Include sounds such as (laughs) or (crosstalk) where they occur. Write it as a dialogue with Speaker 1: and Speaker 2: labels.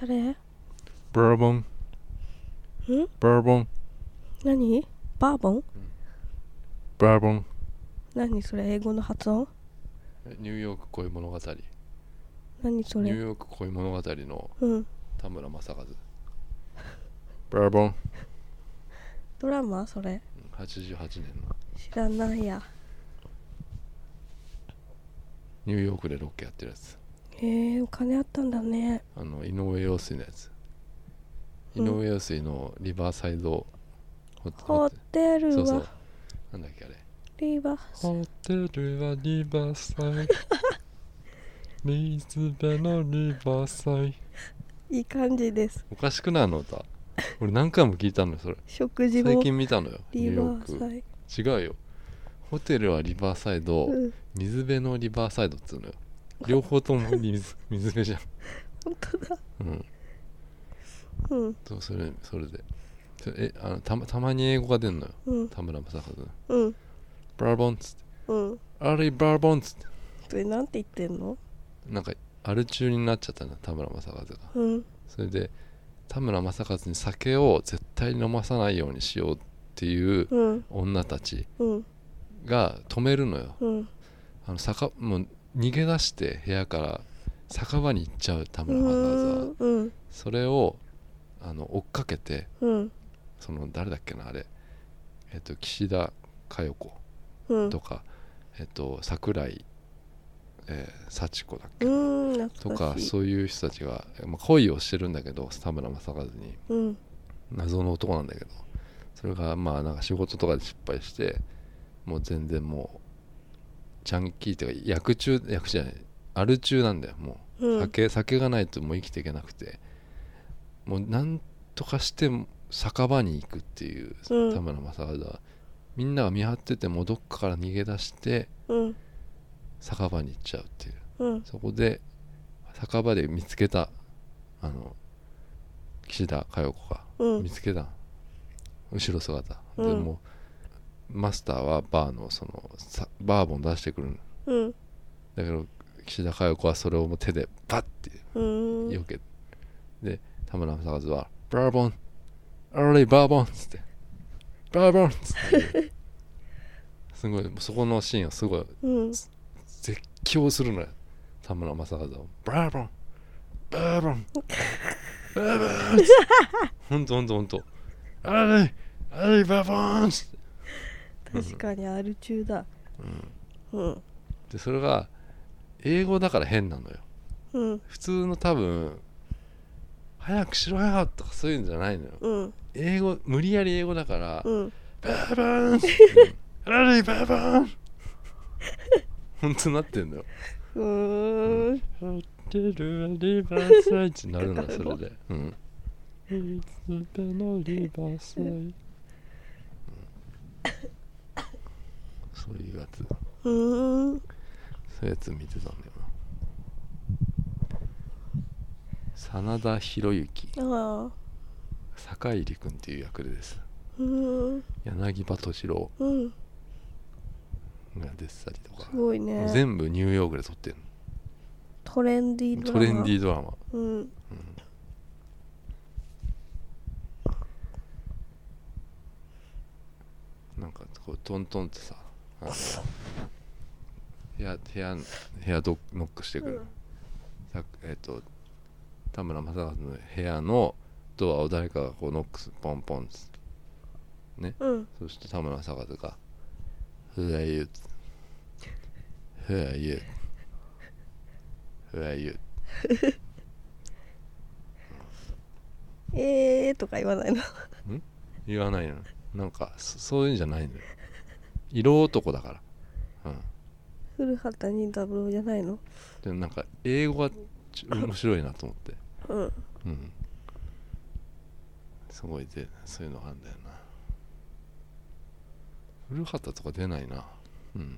Speaker 1: 誰
Speaker 2: ブーボン
Speaker 1: ん
Speaker 2: ブーボン
Speaker 1: 何バーボン
Speaker 2: ブーボン
Speaker 1: 何それ英語の発音
Speaker 2: ニューヨーク恋物語ニ
Speaker 1: 何そ
Speaker 2: ュー
Speaker 1: れ
Speaker 2: ヨーク恋物語の
Speaker 1: うん
Speaker 2: 田村正和ブーボン
Speaker 1: ドラマそれ
Speaker 2: 88年の
Speaker 1: 知らないや
Speaker 2: ニューヨークでロケやってるやつ
Speaker 1: へえお金あったんだね
Speaker 2: あの井上陽水のやつ井
Speaker 1: うん
Speaker 2: 上陽水のリバーサイドホテ
Speaker 1: ホテルは
Speaker 2: そうそうなんだっけあれ
Speaker 1: リバース
Speaker 2: ホテルはリバーサイ
Speaker 1: (laughs)
Speaker 2: 水辺のリバーサイ
Speaker 1: いい感じです
Speaker 2: おかしくないあの歌俺何回も聞いたのよそれ
Speaker 1: 食事
Speaker 2: 最
Speaker 1: も
Speaker 2: 近見たのよニ
Speaker 1: リ
Speaker 2: ュー
Speaker 1: バ
Speaker 2: ヨ
Speaker 1: ーサ
Speaker 2: ー
Speaker 1: イ
Speaker 2: ク違うよホテルはリバーサイド、
Speaker 1: うん
Speaker 2: 水辺のリバーサイドっつうのよ両方とも
Speaker 1: (laughs)
Speaker 2: 水水辺じゃん
Speaker 1: 本当だ
Speaker 2: うん
Speaker 1: うん
Speaker 2: そうそれそれでそれえあのたまたまに英語が出んのよ
Speaker 1: うん
Speaker 2: 田村正和の
Speaker 1: うん
Speaker 2: バーボンっつって
Speaker 1: うん
Speaker 2: あれバーボンっつって
Speaker 1: それなんて言ってんの
Speaker 2: なんかアル中になっちゃったな田村正和が
Speaker 1: うん
Speaker 2: それで田村正和に酒を絶対飲まさないようにしようっていう
Speaker 1: うん
Speaker 2: 女たち
Speaker 1: うん
Speaker 2: が止めるのよ
Speaker 1: うん
Speaker 2: あの酒もう逃げ出して部屋から酒場に行っちゃう田
Speaker 1: う
Speaker 2: 村わざわざ
Speaker 1: んうん
Speaker 2: それをあの追っかけて
Speaker 1: うん
Speaker 2: その誰だっけなあれえっと岸田佳代子
Speaker 1: うん
Speaker 2: とか、えっと桜井、えー幸子だっけ、
Speaker 1: うん
Speaker 2: と
Speaker 1: 懐
Speaker 2: か
Speaker 1: かしい
Speaker 2: そういう人たちが、まあ、恋をしてるんだけど田村正和に
Speaker 1: うん
Speaker 2: 謎の男なんだけどそれがまあなんか仕事とかで失敗してもう全然もうジャンキーっていうか薬中薬じゃないアル中なんだよも
Speaker 1: う
Speaker 2: う、
Speaker 1: ん
Speaker 2: 酒酒がないともう生きていけなくてもうなんとかして酒場に行くっていう
Speaker 1: うん
Speaker 2: 田村正和はみんなが見張っててもうどっかから逃げ出して
Speaker 1: うん
Speaker 2: 酒場に行っちゃうっていう
Speaker 1: うん
Speaker 2: そこで酒場で見つけたあの岸田佳代子が
Speaker 1: うん
Speaker 2: 見つけた後ろ姿、
Speaker 1: うん
Speaker 2: でもうマスターはバーのそのさバーボン出してくるん
Speaker 1: うん
Speaker 2: だけど岸田佳代子はそれをもう手でバッて
Speaker 1: うん
Speaker 2: 避け、で田村正和は「バーボンアーリーバーボン」っつって「バーボン」っつって
Speaker 1: (laughs)
Speaker 2: すごいそこのシーンはすごい
Speaker 1: うん
Speaker 2: 絶叫するのよ田村正和は「バーボンバーボンバーボン」ほんとほんとほんと「あれあれバーボン」
Speaker 1: 確かに R 中だうん
Speaker 2: でそれが英語だから変なのよ
Speaker 1: うん
Speaker 2: 普通の多分「早くしろよ」とかそういうんじゃないのよ
Speaker 1: うん
Speaker 2: 英語無理やり英語だから「
Speaker 1: うん
Speaker 2: バーボン」「あれバーボン」ほんとなってんのよ
Speaker 1: うーん
Speaker 2: ホテルはリバーサイドになるのそれで。うん。水辺のリバーサイド。うんそういうやつ、
Speaker 1: うーん
Speaker 2: そういうやつ見てたんだよな。真田広之、
Speaker 1: ああ
Speaker 2: 坂入君っていう役でです。
Speaker 1: うーん
Speaker 2: 柳葉敏郎
Speaker 1: うん
Speaker 2: が出てたりとか
Speaker 1: す。ごいね
Speaker 2: 全部ニューヨークで撮ってん
Speaker 1: トレンディー
Speaker 2: の。
Speaker 1: ドラ
Speaker 2: ト
Speaker 1: マ
Speaker 2: レンディードラマ。
Speaker 1: うん
Speaker 2: なんかこうトントンってさあの部屋部屋部屋ドッノックしてくる、さえっ、と田村正和の部屋のドアを誰かがこうノックすポンポンっつ
Speaker 1: うん
Speaker 2: そして田村正和が「Who are you?」「Who are you?」「Who are you?」
Speaker 1: えーとか言わないの
Speaker 2: 言わないのなんかそそういうんじゃないのよ色男だからうん
Speaker 1: 古畑任三郎じゃないの
Speaker 2: でもなんか英語がちょ面白いなと思って
Speaker 1: う
Speaker 2: う
Speaker 1: ん
Speaker 2: んすごいでそういうのあんだよな古畑とか出ないなうん